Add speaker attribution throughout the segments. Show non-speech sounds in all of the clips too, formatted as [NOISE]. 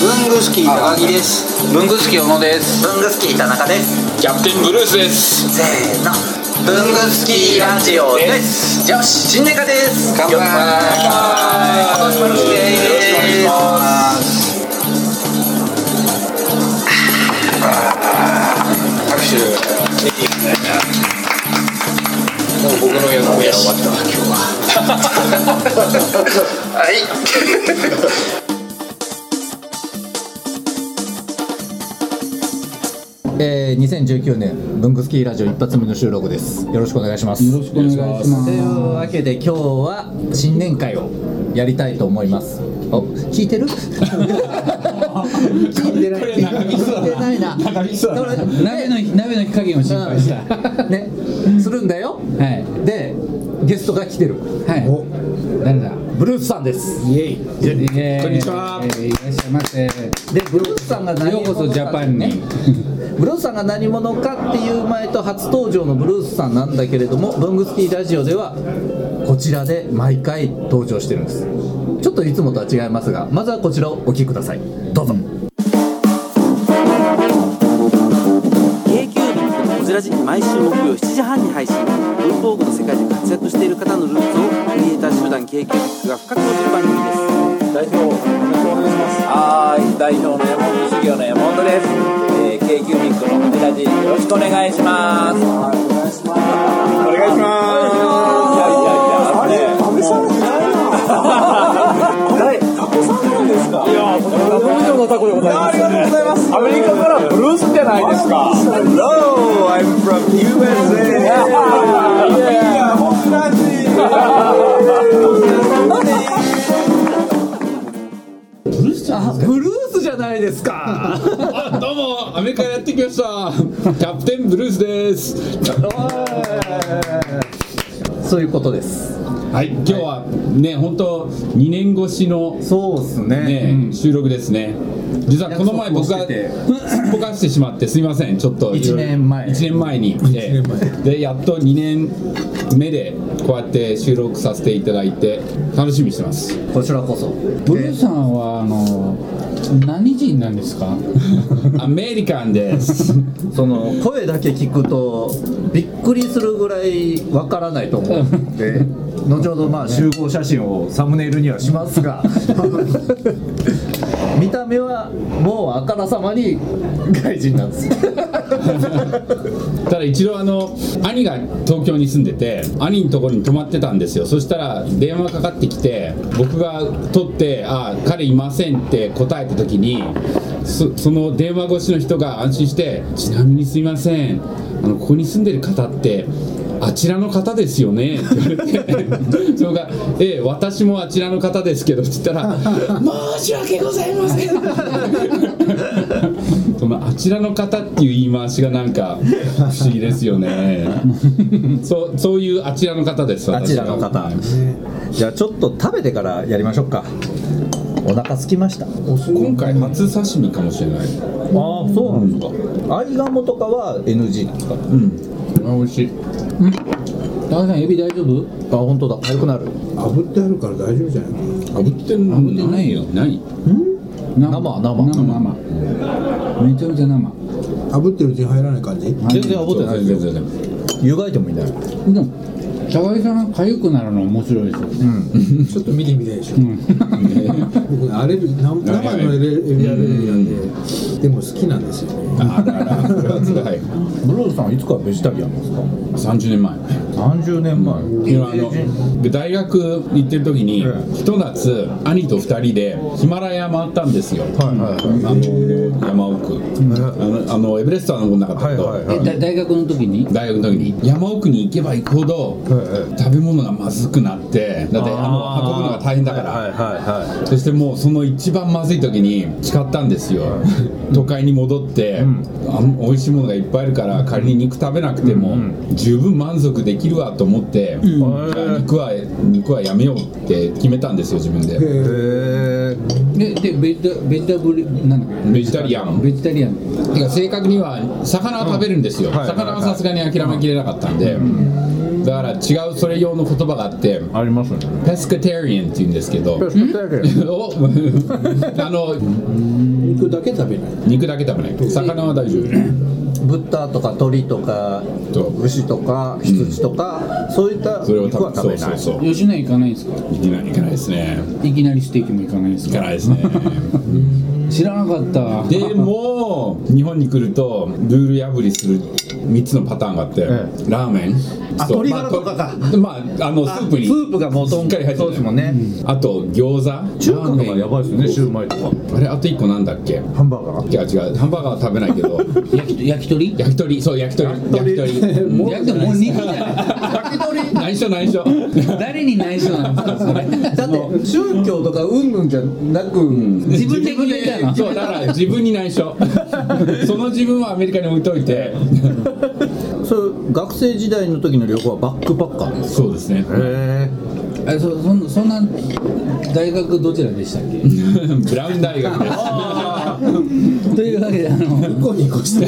Speaker 1: 文具好き高木です
Speaker 2: 文具好き小野です
Speaker 1: 文具好き田中です
Speaker 3: キャプテンブルースです
Speaker 1: せーの文具好きラジオですよし新年会です
Speaker 2: 乾杯
Speaker 1: 今年もよろしくです
Speaker 2: 拍手もう僕の役目は終わったわ今日は
Speaker 4: えー、2019年文具スキーラジオ一発目の収録ですよろしくお願いしますよろしくお願いしますというわけで今日は新年会をやりたいと思いますお聞いて [LAUGHS] る聞いてない
Speaker 3: これ長引きそうだな
Speaker 4: 聞いてないな
Speaker 3: 長引きそうだな
Speaker 4: だから
Speaker 5: 鍋の鍋の火加減を心配した。は
Speaker 4: ねするんだよ
Speaker 5: い
Speaker 4: でゲストが来てる
Speaker 5: はい。誰 [LAUGHS] だ。
Speaker 4: ブルースさんです
Speaker 5: こんにちは。えーいらっしゃいませ。
Speaker 4: でブルースさんが何
Speaker 5: ようこそジャパンに。
Speaker 4: ブルースさんが何者かっていう前と初登場のブルースさんなんだけれども「ブングスキーラジオ」ではこちらで毎回登場してるんですちょっといつもとは違いますがまずはこちらをお聴きくださいどうぞ
Speaker 6: k q b のこじらじ毎週木曜7時半に配信文房具の世界で活躍している方のルーツをクリエイター集団 k q b が深く落ちる番組です代表お願いします
Speaker 7: はーい、代表の山本修行の山本です。えー、K キュービックのこちらでよろしくお願いします。お願いします。いやいやいや、あれ、食べされてないな。はい、タコさんなんですか。いや、これどう以上のタコでございます。ありがとうございます。アメリカからブルースじゃないですか。Hello, I'm from USA. いや、本当
Speaker 4: あブルースじゃないですか
Speaker 3: あどうもアメリカやってきましたキャプテンブルースです
Speaker 4: [LAUGHS] そういうことです
Speaker 3: はい今日はね本当2年越しの
Speaker 4: そうっすね
Speaker 3: ね、収録ですね実はこの前僕が
Speaker 4: 約束をしてて
Speaker 3: すっぽかしてしまってすいませんちょっと
Speaker 4: 一年前
Speaker 3: 1年前にええでやっと2年目でこうやって収録させていただいて楽しみにしてます
Speaker 4: こちらこそ
Speaker 5: ブルーさんはあの何人なんです
Speaker 3: [LAUGHS]
Speaker 5: か。
Speaker 3: アメリカンです
Speaker 4: その声だけ聞くとびっくりするぐらいわからないと思うんで [LAUGHS] 後ほどまあ集合写真をサムネイルにはしますが [LAUGHS] 見た目はもうあからさまに外人なんです
Speaker 3: ただ一度あの兄が東京に住んでて兄のところに泊まってたんですよそしたら電話かかってきて僕が取って「あ彼いません」って答えた時にそその電話越しの人が安心して「ちなみにすいませんあのここに住んでる方ってあちらの方ですよね」って言われて [LAUGHS] それが「ええ私もあちらの方ですけど」って言ったら「申し訳ございません」 [LAUGHS] そのあちらの方っていう言い回しがなんか不思議ですよね。 [LAUGHS] そうそういうあちらの方です。
Speaker 4: あちらの方じゃあちょっと食べてからやりましょうかお腹空きましたあ
Speaker 3: 今回初刺身かもしれない。
Speaker 4: あそうなんですかアイガモとかは NG なんですか
Speaker 3: 美味しい。
Speaker 5: 高橋さん指大丈夫？
Speaker 4: あ本当だ早くなる
Speaker 8: 炙ってあるから大丈夫じゃないかな
Speaker 3: 炙ってんの
Speaker 5: 炙ってないよ
Speaker 3: ない。
Speaker 5: 生
Speaker 4: 生生
Speaker 5: 生生。めちゃめちゃ生。
Speaker 8: 炙ってるうちに入らない感じ
Speaker 4: 全然炙ってないで
Speaker 3: 全
Speaker 4: すよ
Speaker 3: 然全然
Speaker 4: 湯がいてもいない
Speaker 5: でも高橋さんが痒くなるの面白いですよ。
Speaker 8: ちょっと見てみたいでしょ、僕ねアレルギー生生のエレエビアレルギーなんででも好きなんですよね
Speaker 3: あだからそれは辛
Speaker 5: [LAUGHS]
Speaker 3: い。
Speaker 4: ブルーさんいつからベジタリアンなんですか
Speaker 3: 三十年前。
Speaker 4: 30年前
Speaker 3: いやあので大学行ってる時にひと夏兄と二人でヒマラヤ回ったんですよ。あの山奥。あのあのエベレストは登んなかったけど。
Speaker 5: えだ大学の時に。
Speaker 3: 大学の時に山奥に行けば行くほど食べ物がまずくなってだってあの運ぶのが大変だからそしてもうその一番まずい時に誓ったんですよ都会に戻ってあ美味しいものがいっぱいあるから仮に肉食べなくても十分満足できるわと思ってじゃあ肉は肉はやめようって決めたんですよ自分で
Speaker 5: ででベジタベジタブリなんだっけ
Speaker 3: ベジタリアン
Speaker 5: ベジタリアン。
Speaker 3: てか正確には魚は食べるんですよ、魚はさすがに諦めきれなかったんで、だから違うそれ用の言葉があって
Speaker 9: ありますね
Speaker 3: ペスカテリアンって言うんですけど [LAUGHS] おあの
Speaker 5: 肉だけ食べない
Speaker 3: 肉だけ食べない魚は大丈夫
Speaker 4: 豚とか鳥とか
Speaker 3: そう
Speaker 4: 牛とか羊とか、そういった
Speaker 3: それを
Speaker 4: 肉
Speaker 3: 食
Speaker 4: は
Speaker 3: べ
Speaker 4: 食
Speaker 3: そう
Speaker 4: べな
Speaker 3: そう
Speaker 4: い
Speaker 3: そう
Speaker 5: 吉野家行かないんですか
Speaker 3: いけないいけないですね
Speaker 5: いきなりステーキも行かないです
Speaker 3: い
Speaker 5: か
Speaker 3: けないです
Speaker 4: [LAUGHS]
Speaker 3: ね
Speaker 5: 知らなかった
Speaker 3: でも日本に来るとルール破りする3つのパターンがあって、ラーメン
Speaker 4: あ
Speaker 3: そう
Speaker 4: 鶏ガラとかか
Speaker 3: まあとまああのスープに
Speaker 4: スープがもうどん
Speaker 3: しっかり入ってる
Speaker 4: そうですもんね、
Speaker 3: あと餃子
Speaker 4: 中華とかやばいですよねシューマイとか
Speaker 3: あれあと1個なんだっけ
Speaker 4: ハンバーガー
Speaker 3: 違う違うハンバーガーは食べないけど
Speaker 5: [LAUGHS] 焼き焼き鳥
Speaker 3: 焼き鳥そう焼き鳥 [LAUGHS] 焼き鳥
Speaker 5: いやでももう肉じゃない
Speaker 3: 内緒内緒
Speaker 5: 誰に内緒なんですかそれ
Speaker 4: だって宗教とかうんぬんじゃなく、
Speaker 5: 自分で決めたの
Speaker 3: そうだから自分に内
Speaker 5: [LAUGHS]
Speaker 3: 緒その自分はアメリカに置いといて
Speaker 4: それ学生時代の時の旅行はバックパッカーなんです
Speaker 3: そうですね
Speaker 4: へ
Speaker 5: あそそんそんな大学どちらでしたっ
Speaker 4: [LAUGHS]
Speaker 5: け
Speaker 3: [LAUGHS] ブラウン大学です
Speaker 5: というわけであの
Speaker 8: ニコニコ
Speaker 5: [LAUGHS]
Speaker 8: して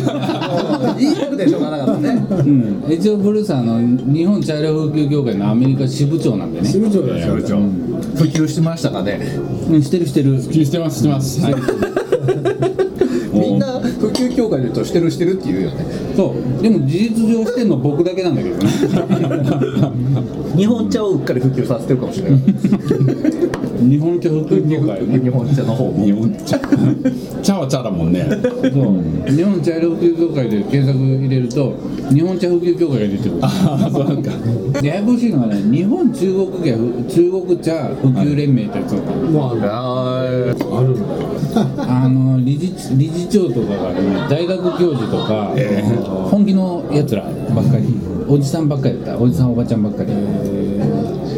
Speaker 4: えいいことでしょうがなかったね
Speaker 5: うん一応ブルーさんあの日本茶ャイ風景協会のアメリカ支部長なんでね
Speaker 8: 事務長ですよ
Speaker 4: 普及してましたかね
Speaker 5: うんしてるしてる
Speaker 3: 普及してますしてます、はい、
Speaker 4: みんな普及協会で言うとしてるしてるって言うよね
Speaker 5: そうでも事実上してんの僕だけなんだけどね
Speaker 4: 日本茶をうっかり普及させてるかもしれない
Speaker 5: 日本茶風景協会ね
Speaker 4: 日本茶の方も
Speaker 3: 日本茶茶は茶だもんね
Speaker 5: そう日本茶ャイ風景協会で検索入れると日本茶風景協会が出てくる
Speaker 3: ああそうなんか
Speaker 5: でややこしいのがね日本中国家中国茶普及連盟ってやつだったの
Speaker 8: あるんだ
Speaker 5: あの理事理事長とかがね大学教授とか、本気のやつらばっかりおじさんばっかりだったおじさんおばちゃんばっかり、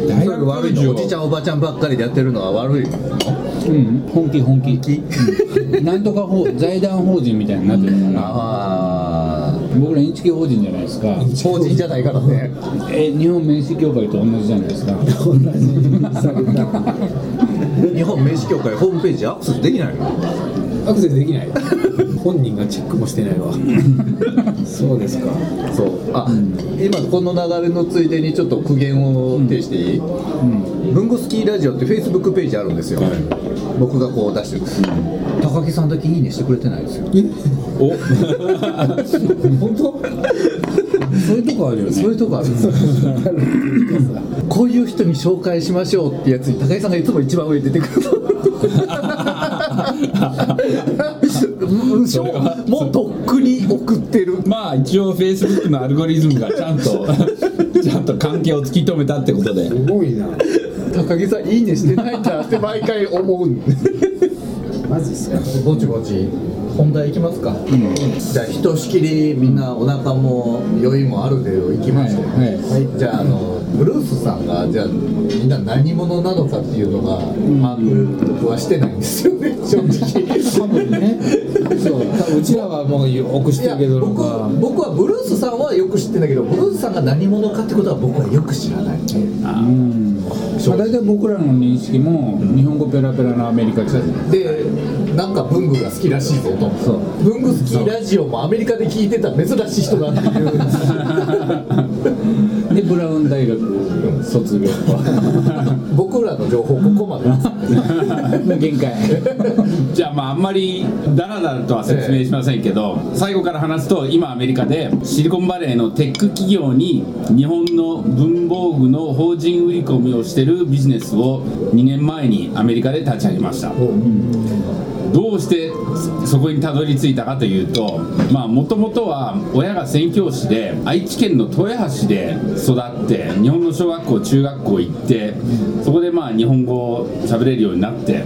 Speaker 3: 大
Speaker 4: それ悪いのおじちゃ
Speaker 3: ん
Speaker 4: んおばちゃんばっかりでやってるのは悪い
Speaker 5: うん本気本気うんなんとか法財団法人みたいになってるから
Speaker 4: ああ
Speaker 5: 僕らインチキ法人じゃないですか
Speaker 4: 法人じゃないからね
Speaker 5: え日本名刺協会と同じじゃないですか
Speaker 4: 日本名刺協会ホームページアップセスできないの
Speaker 8: アクセスできない本人がチェックもしてないわそうですか
Speaker 4: そうあ、今この流れのついでにちょっと苦言を呈していい、文具スキーラジオってフェイスブックページあるんですよ、僕がこう出してる、高木さんだけいいねしてくれてないですよ [LAUGHS]
Speaker 3: お
Speaker 8: 本当
Speaker 5: そういうとこあるよね
Speaker 4: そういうとこあるんですよ [LAUGHS] こういう人に紹介しましょうってやつに高木さんがいつも一番上に出てく [LAUGHS] るうんしょうもうとっくに送ってる
Speaker 3: [LAUGHS] まあ一応フェイスブックのアルゴリズムがちゃ
Speaker 5: [LAUGHS]
Speaker 3: んとちゃんと関係を突き止めたってことです
Speaker 8: ごいな
Speaker 4: 高木さんいいねしてないんだって毎回思うん
Speaker 8: マジっすか
Speaker 4: ぼちぼち本題いきますか、じゃあひとしきりみんなお腹も酔いもあるけどいきましょう
Speaker 5: はいはい
Speaker 4: じゃああのブルースさんがじゃあみんな何者なのかっていうのが把握、僕はしてないんですよ [LAUGHS] ね正
Speaker 8: 多
Speaker 4: 直
Speaker 8: 分ねそううちらはもうよくし
Speaker 4: い
Speaker 8: て
Speaker 4: や
Speaker 8: るけど
Speaker 4: 僕僕はブルースさんはよく知ってんだけどブルースさんが何者かってことは僕はよく知らない
Speaker 5: まあ、大体僕らの認識も日本語ペラペラのアメリカ茶
Speaker 4: でなんか文具が好きらしいぞと文具好きラジオもアメリカで聞いてた珍しい人だっていう
Speaker 5: でブラウン大学卒業
Speaker 4: [LAUGHS] 僕らの情報ここまでです
Speaker 5: の限界
Speaker 3: じゃあまああんまりダラダラとは説明しませんけど、最後から話すと今アメリカでシリコンバレーのテック企業に日本の文房具の法人売り込みをしてるビジネスを2年前にアメリカで立ち上げましたどうしてそこにたどり着いたかというとまあもともとは親が宣教師で愛知県の豊橋で育って日本の小学校中学校行ってそこでまあ日本語を喋れるようになって、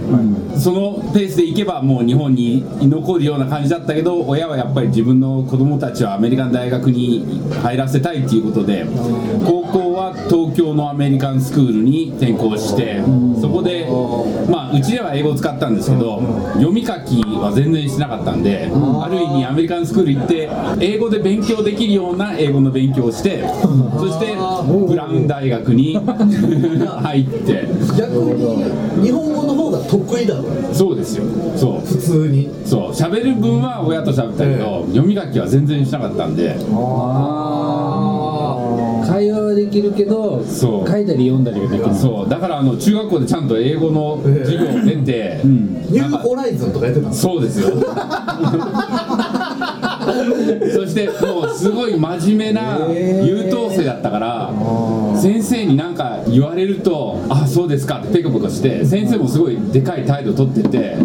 Speaker 3: そのペースで行けばもう日本に居残るような感じだったけど親はやっぱり自分の子供たちをアメリカの大学に入らせたいっていうことで高校は東京のアメリカンスクールに転校してそこでまあうちでは英語を使ったんですけど読み書きは全然しなかったんである意味アメリカンスクール行って英語で勉強できるような英語の勉強をしてそしてブラウン大学に [LAUGHS] 入って
Speaker 4: 逆に日本語の方が得意だろ
Speaker 3: そうですよそう
Speaker 4: 普通に
Speaker 3: そう喋る分は親と喋ったけど、読み書きは全然しなかったんで
Speaker 5: 会話ははできるけど書
Speaker 3: そう
Speaker 5: いたり読んだりができない
Speaker 3: そうだからあの中学校でちゃんと英語の授業を出て、
Speaker 4: ニューホライズンとかやってたんです
Speaker 3: そうですよそしてもうすごい真面目な優等生だったから、先生に何か言われると「あそうですか」ってペコペコして先生もすごいでかい態度取ってて、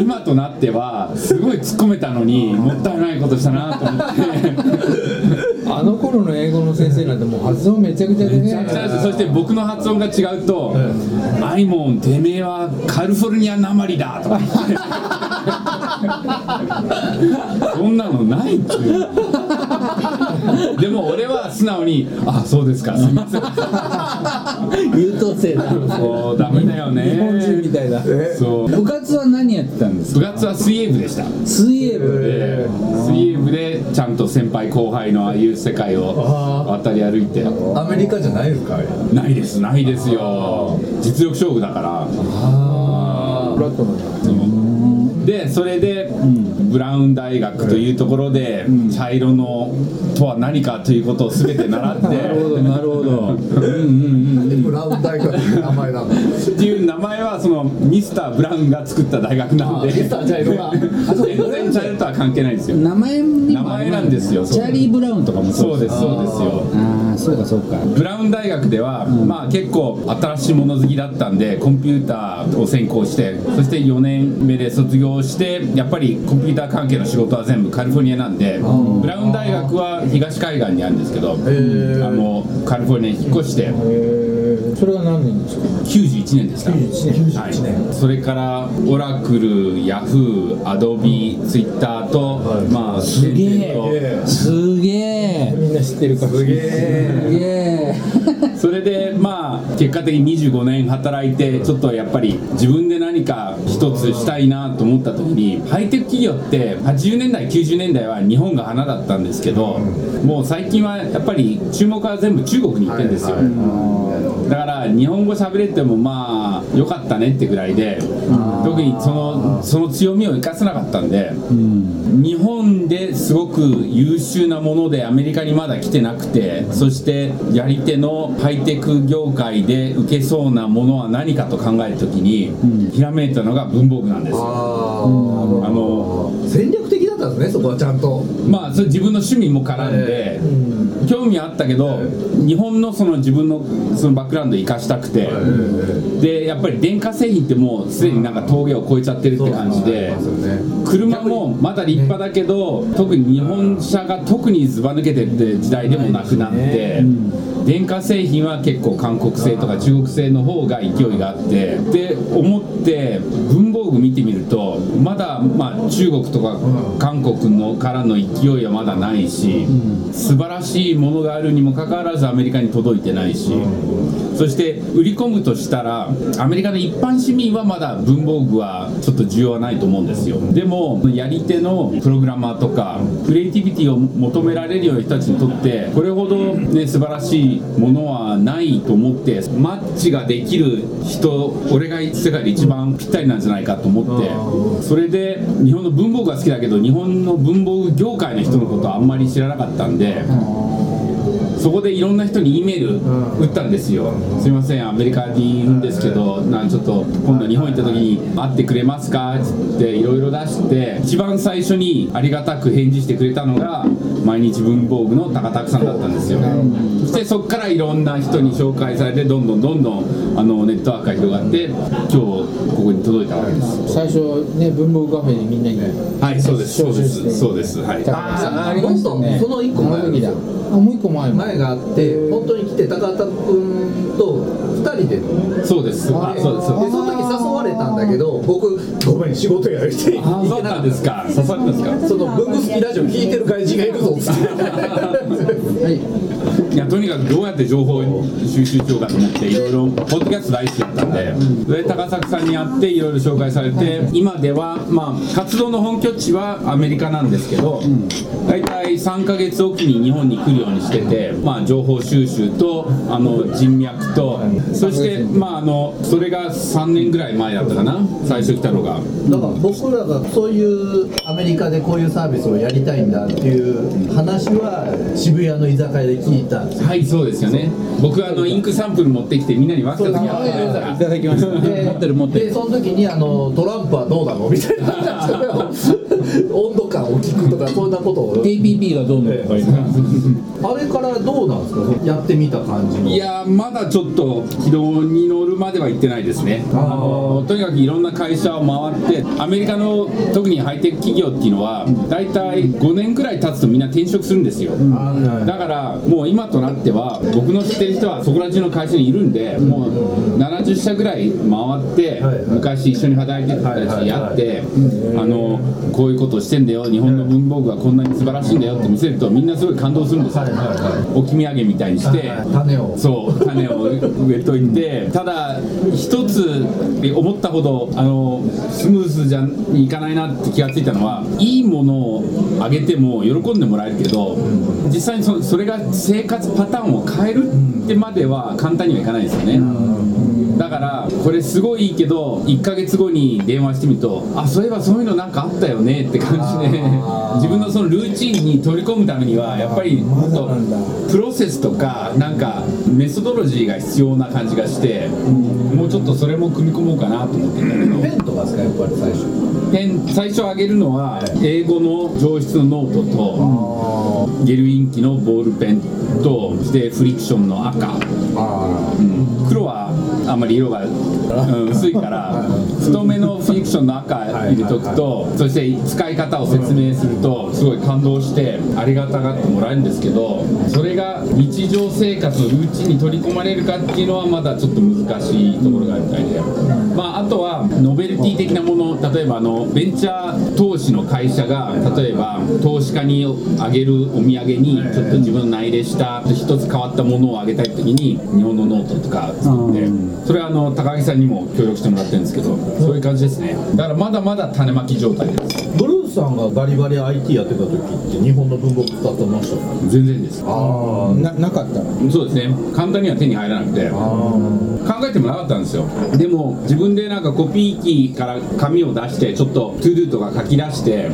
Speaker 3: 今となってはすごい突っ込めたのにもったいないことしたなと思って。
Speaker 2: あの頃の英語の先生なんてもう発音めちゃくちゃで
Speaker 3: め
Speaker 2: ね
Speaker 3: ちゃくちゃですそして僕の発音が違うと「アイモンてめえはカリフォルニアなまりだ」とか言ってそんなのないっていうでも俺は素直に「あそうですかすいません」
Speaker 5: [LAUGHS] 優等生だ
Speaker 3: そうダメだよね
Speaker 2: 日本人みたいな
Speaker 3: そう
Speaker 5: 部活は何やってたんですか
Speaker 3: 部活は水泳部でした
Speaker 5: 水泳部
Speaker 3: で水泳部でちゃんと先輩後輩のああいう世界を渡り歩いて
Speaker 4: アメリカじゃないですかあれ
Speaker 3: ないですないですよ実力勝負だから
Speaker 2: フラットなんだ
Speaker 3: でそれで、ブラウン大学というところで、茶色のとは何かということを全て習って
Speaker 5: なるほど
Speaker 4: ブラウン大学の名前なんだ
Speaker 3: っていう名前はそのミスター・ブラウンが作った大学なんで
Speaker 4: あミスター茶色があそう
Speaker 3: 全然茶色とは関係ないですよ
Speaker 5: 名前に
Speaker 3: 名
Speaker 5: もある
Speaker 3: 前なんですよ
Speaker 5: チャーリー・ブラウンとかも
Speaker 3: そうですそうですよ
Speaker 5: ああそうかそうか
Speaker 3: ブラウン大学では、まあ、結構新しいもの好きだったんでコンピューターを専攻してそして4年目で卒業してやっぱりコンピューター関係の仕事は全部カリフォルニアなんでブラウン大学は東海岸にあるんですけどあのカリフォルニアに引っ越して
Speaker 2: それが何年ですか
Speaker 3: 91年でしたはいそれからオラクルヤフーアドビーツイッターと、まあ
Speaker 5: すげ
Speaker 3: 全然と
Speaker 5: えすげえ
Speaker 2: みんな知ってるかすげえ
Speaker 5: すげえ
Speaker 3: それでまあ結果的に25年働いてちょっとやっぱり自分で何か一つしたいなと思った時にハイテク企業って80年代90年代は日本が花だったんですけどもう最近はやっぱり注目は全部中国に行ってるんですよだから日本語喋れてもまあ良かったねってぐらいで特にそのその強みを生かせなかったんで日本ですごく優秀なものでアメリカにまだ来てなくてそしてやり手のハイテク業界で受けそうなものは何かと考えるときに、ひらめいたのが文房具なんですよ
Speaker 4: あ
Speaker 3: あの
Speaker 4: あ戦略的だったんですねそこはちゃんと
Speaker 3: まあそれ自分の趣味も絡んで、興味あったけど、日本のその自分のそのバックグラウンドを生かしたくて、でやっぱり電化製品ってもうすでになんか峠を越えちゃってるって感じで、車もまだ立派だけど、特に日本車が特にずば抜けてるって時代でもなくなって、電化製品は結構韓国製とか中国製の方が勢いがあってで思って文房具見てみるとまだまあ中国とか韓国のからの勢いはまだないし、素晴らしいものがあるにもかかわらずアメリカに届いてないし。そして売り込むとしたらアメリカの一般市民はまだ文房具はちょっと需要はないと思うんですよでもやり手のプログラマーとかクリエイティビティを求められるような人たちにとってこれほど、ね、素晴らしいものはないと思ってマッチができる人俺が世界で一番ぴったりなんじゃないかと思ってそれで日本の文房具が好きだけど日本の文房具業界の人のことはあんまり知らなかったんで。そこでいろんな人に E メール打ったんですよ、すみません、アメリカにいるんですけど、なんちょっと今度、日本行った時に、会ってくれますかっつって、いろいろ出して、一番最初にありがたく返事してくれたのが、毎日文房具の高田さんだったんですよ、そしてそこからいろんな人に紹介されて、どんどんどんどんあのネットワークが広がって、今日ここに届いたわけです。
Speaker 2: 最初ね文房具カフェにみんなに
Speaker 3: はい、そうです、そうです、そうです、はい。
Speaker 2: あありま
Speaker 4: もっ
Speaker 2: した
Speaker 4: と
Speaker 2: ね
Speaker 4: その一個前
Speaker 2: あ
Speaker 4: な
Speaker 2: の
Speaker 4: ん
Speaker 2: 時
Speaker 4: です
Speaker 2: だあ
Speaker 4: よ
Speaker 2: もう一個前も
Speaker 4: 前があって本当に来て高田君と2人で
Speaker 3: そうです、あそうです、そうで
Speaker 4: で
Speaker 3: す。
Speaker 4: その時誘われたんだけど僕ごめん仕事やるって
Speaker 3: あそうなんですか、刺されたんですか。
Speaker 4: その文具好きラジオ聞いてる外人がいるぞっつって
Speaker 3: いやとにかくどうやって情報を収集しようかと思っていろいろポッドキャスト大好きだったんでそれで高作さんに会っていろいろ紹介されて今ではまあ活動の本拠地はアメリカなんですけど大体3ヶ月おきに日本に来るようにしててまあ情報収集とあの人脈とそしてまああのそれが3年ぐらい前だったかなな最初来たのが
Speaker 4: だから僕らがそういうアメリカでこういうサービスをやりたいんだっていう話は渋谷の居酒屋で聞いた [LAUGHS] んです
Speaker 3: はいそうですよね僕あのインクサンプル持ってきてみんなに分けた時やってた
Speaker 5: いただきま
Speaker 3: [LAUGHS]
Speaker 5: した
Speaker 4: で
Speaker 5: 持ってる持って
Speaker 4: で
Speaker 5: る
Speaker 4: その時にあのトランプはどうなのみたいな [LAUGHS] 話を温度感を聞くとかそんなことを
Speaker 5: TPP がどうのとか言って
Speaker 4: あれからどうなんですかそのやってみた感じ
Speaker 3: [LAUGHS]
Speaker 4: の
Speaker 3: いやーまだちょっと軌道に乗るまでは行ってないですねあのとにかくいろんな会社を回ってアメリカの特にハイテク企業っていうのは大体5年くらい経つとみんな転職するんですよだからもう今となっては僕の知ってる人はそこら中の会社にいるんでもう70社ぐらい回って昔一緒に働いてた人たちに会ってあのこういうことをしてんだよ日本の文房具はこんなに素晴らしいんだよって見せるとみんなすごい感動するんですよ置き土産みたいにして
Speaker 4: 種を
Speaker 3: そう種を植えといてただ一つ思ったほどあのスムーズじゃいかないなって気がついたのはいいものをあげても喜んでもらえるけど実際にそそれが生活パターンを変えるってまでは簡単にはいかないですよね。だからこれすごいいいけど1ヶ月後に電話してみるとあそういえばそういうのなんかあったよねって感じで自分のそのルーチンに取り込むためにはやっぱりもっとプロセスとかなんかメソドロジーが必要な感じがしてもうちょっとそれも組み込もうかなと思ってんだけど
Speaker 4: ペンとかですかやっぱり最初
Speaker 3: ペン最初上げるのは英語の上質のノートとゲルインキのボールペンとそしてフリクションの赤うん黒はあんまり色が、うん薄いから太めのフィクションの赤入れとくとそして使い方を説明するとすごい感動してありがたがってもらえるんですけどそれが日常生活のルーチンに取り込まれるかっていうのはまだちょっと難しいところがあるみたいで、まあ、あとはノベルティ的なもの例えばあのベンチャー投資の会社が例えば投資家にあげるお土産にちょっと自分の内入れした一つ変わったものをあげたい時に日本のノートとか作ってそれはあの高木さんにも協力してもらってるんですけどそういう感じですねだからまだまだ種まき状態です
Speaker 4: ブルースさんがバリバリ IT やってた時って日本の文房具使ってましたか
Speaker 3: 全然です
Speaker 4: あ
Speaker 8: ななかったの
Speaker 3: そうですね簡単には手に入らなくて考えてもなかったんですよでも自分でなんかコピー機から紙を出してちょっと ToDo とか書き出して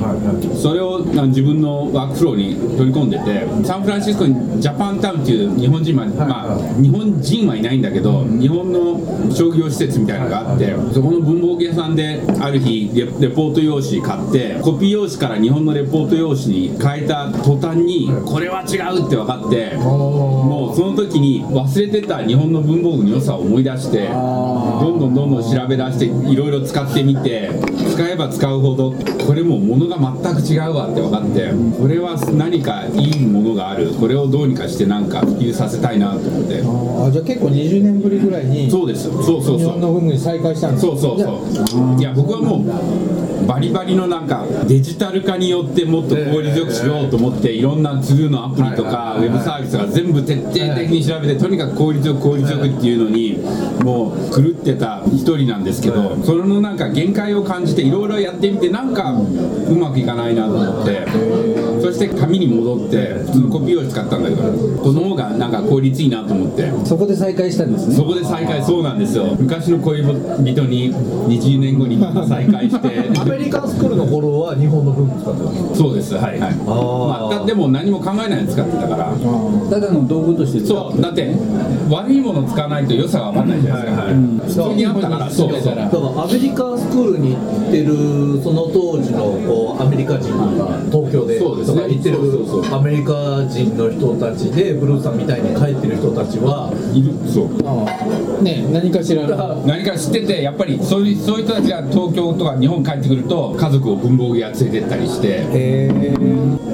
Speaker 3: それをなんか自分のワークフローに取り込んでてサンフランシスコにジャパンタウンっていう日本人は、まあ、日本人はいないんだけど日本の商業施設みたいなのがあってそこの文房具屋さんである日レレポート用紙買ってコピー用紙から日本のレポート用紙に変えた途端にこれは違うって分かってもうその時に忘れてた日本の文房具の良さを思い出してどんどんどんどん調べ出していろいろ使ってみて使えば使うほどこれもう物が全く違うわって分かってこれは何かいいものがあるこれをどうにかしてなんか普及させたいなと思って
Speaker 8: あじゃあ結構20年ぶりぐらいに
Speaker 3: そうですそうそう
Speaker 8: 日
Speaker 3: そう
Speaker 8: 本の文具に再開したんです
Speaker 3: そうそうそういや僕はもうバリバリのなんかデジタル化によってもっと効率よくしようと思っていろんなツールのアプリとかウェブサービスが全部徹底的に調べてとにかく効率よく効率よくっていうのにもう狂ってた一人なんですけどそれのなんか限界を感じていろいろやってみてなんかうまくいかないなと思ってそして紙に戻って普通のコピー用紙使ったんだけどこの方がなんか効率いいなと思って。
Speaker 5: そこで再開したんですね
Speaker 3: そこで再会そうなんですよ昔の恋人に20年後にまた再会して [LAUGHS]
Speaker 4: アメリカンスクールの頃は日本の文具使ってました
Speaker 3: そうですはいはい
Speaker 4: ー
Speaker 3: まあ、でも何も考えないで使ってたから
Speaker 5: ただの道具として使
Speaker 3: そうだって悪いもの使わないと良さが分かんないじゃないですか、うん普通にあったからそうそう
Speaker 4: だからアメリカンスクールに行ってるその当時のこうアメリカ人とか東京で
Speaker 3: そうです
Speaker 4: と
Speaker 3: ね
Speaker 4: か行ってる
Speaker 3: そうそう
Speaker 4: アメリカ人の人たちでブルースさんみたいに帰ってる人たちはい
Speaker 3: るそう
Speaker 8: ね何かし
Speaker 3: [LAUGHS]
Speaker 8: ら
Speaker 4: だか
Speaker 8: の
Speaker 4: ら
Speaker 3: 何か知っててやっぱりそういうそういう人たちが東京とか日本帰ってくると家族を文房具屋連れてったりして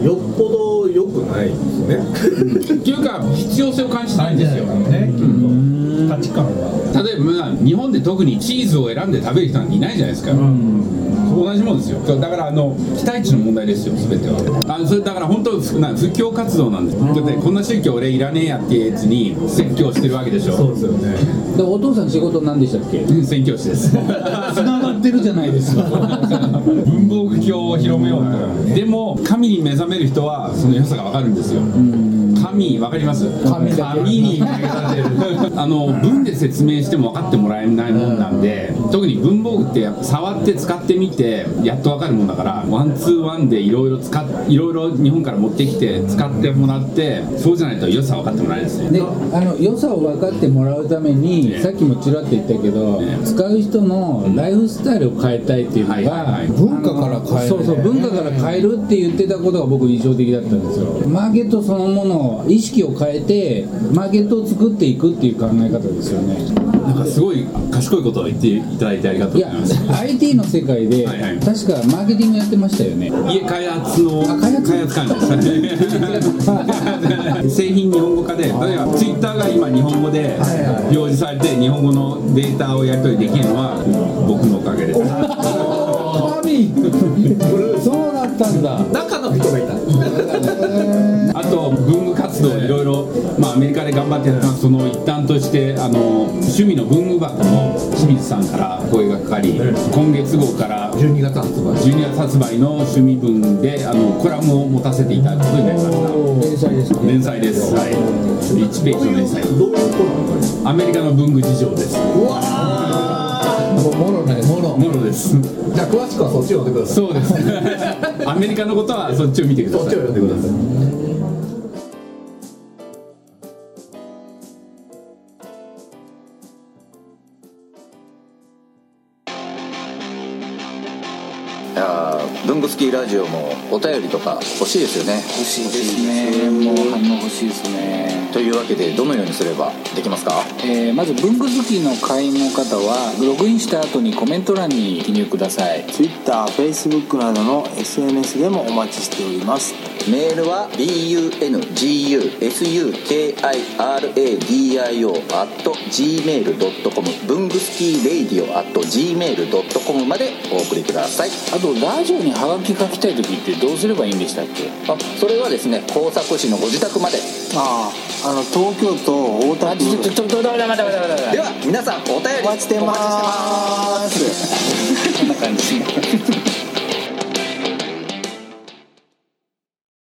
Speaker 4: よっぽど良くないですね
Speaker 3: っていうか必要性を感じてないんですよ
Speaker 8: 価値観は
Speaker 3: 例えばまあ日本で特にチーズを選んで食べる人なんていないじゃないですか、同じもんですよだからあの期待値の問題ですよ全てはあそれだから本当ふな布教活動なんですだってこんな宗教俺いらねえやってやつに説教してるわけでしょ
Speaker 4: そうですよね
Speaker 5: でお父さん仕事何でしたっけ
Speaker 3: うん宣教師です
Speaker 5: 繋がってるじゃないですか
Speaker 3: 文房具教を広めようとでも神に目覚める人はその良さが分かるんですよ神わかります
Speaker 2: 神だけ
Speaker 3: 神に投げられる
Speaker 2: [LAUGHS]
Speaker 3: あの文で説明しても分かってもらえないもんなんで特に文房具って触って使ってみてやっと分かるもんだからワンツーワンでいろいろ使っいろいろ日本から持ってきて使ってもらってそうじゃないと良さ分かってもらえないですね
Speaker 2: であの良さを分かってもらうために、さっきもちらっと言ったけど、
Speaker 3: ね
Speaker 2: 使う人のライフスタイルを変えたいっていうのが、
Speaker 3: はいはいはい
Speaker 2: 文化から変えるそうそう文化から変えるって言ってたことが僕印象的だったんですよマーケットそのものを意識を変えてマーケットを作っていくっていう考え方ですよね
Speaker 3: なんかすごい賢いことを言っていただいてありがとう
Speaker 2: い
Speaker 3: ござ
Speaker 2: や
Speaker 3: います
Speaker 2: IT の世界で
Speaker 3: はいはい
Speaker 2: 確かマーケティングやってましたよね
Speaker 3: 家開発の
Speaker 2: あ
Speaker 3: 開
Speaker 2: 開
Speaker 3: 発
Speaker 2: 発
Speaker 3: 管理ですね製品日本語化で例えばツイッターが今日本語で表示されて日本語のデータをやり取りできるのは僕のおかげです
Speaker 2: そうだったんだ
Speaker 10: 中の人がいた
Speaker 3: あと文具活動いろいろ、まあ、アメリカで頑張ってやったその一端としてあの趣味の文具箱の清水さんから声がかかり今月号から
Speaker 10: 12月発売
Speaker 3: 12月発売の趣味文であのコラムを持たせていただくことになりました
Speaker 2: 天才ですね
Speaker 3: 連載です。はい。1ページの連載。
Speaker 10: どういうこと
Speaker 3: アメリカの文具事情です。
Speaker 11: もうもろねもろ
Speaker 3: ものです。
Speaker 10: じゃあ詳しくはそっちを読んでください
Speaker 3: そうです。
Speaker 10: [LAUGHS]
Speaker 3: アメリカのことはそっちを見てくだ
Speaker 10: そっ
Speaker 3: さ
Speaker 10: ち
Speaker 3: い
Speaker 10: を。読んでください
Speaker 1: いやー文具好きラジオもお便りとか欲しいですよね
Speaker 4: 欲しいですねもう反応欲しいですね
Speaker 1: というわけでどのようにすればできますか
Speaker 4: えーまず文具好きの会員の方はログインした後にコメント欄に記入ください TwitterFacebook などの SNS でもお待ちしております
Speaker 1: メールは bungusukiradio.gmail.com 文具スキーレイディオ at .gmail.com までお送りください
Speaker 4: あとラジオにハガキ書きたい時ってどうすればいいんでしたっけ
Speaker 1: あそれはですね工作士のご自宅まで
Speaker 4: あああの東京都大田区ちょちょちょちょちょちょちょちょちょ
Speaker 1: では皆さんお便り
Speaker 4: お待ちしてます
Speaker 1: お待ちしてます
Speaker 4: こんな感じ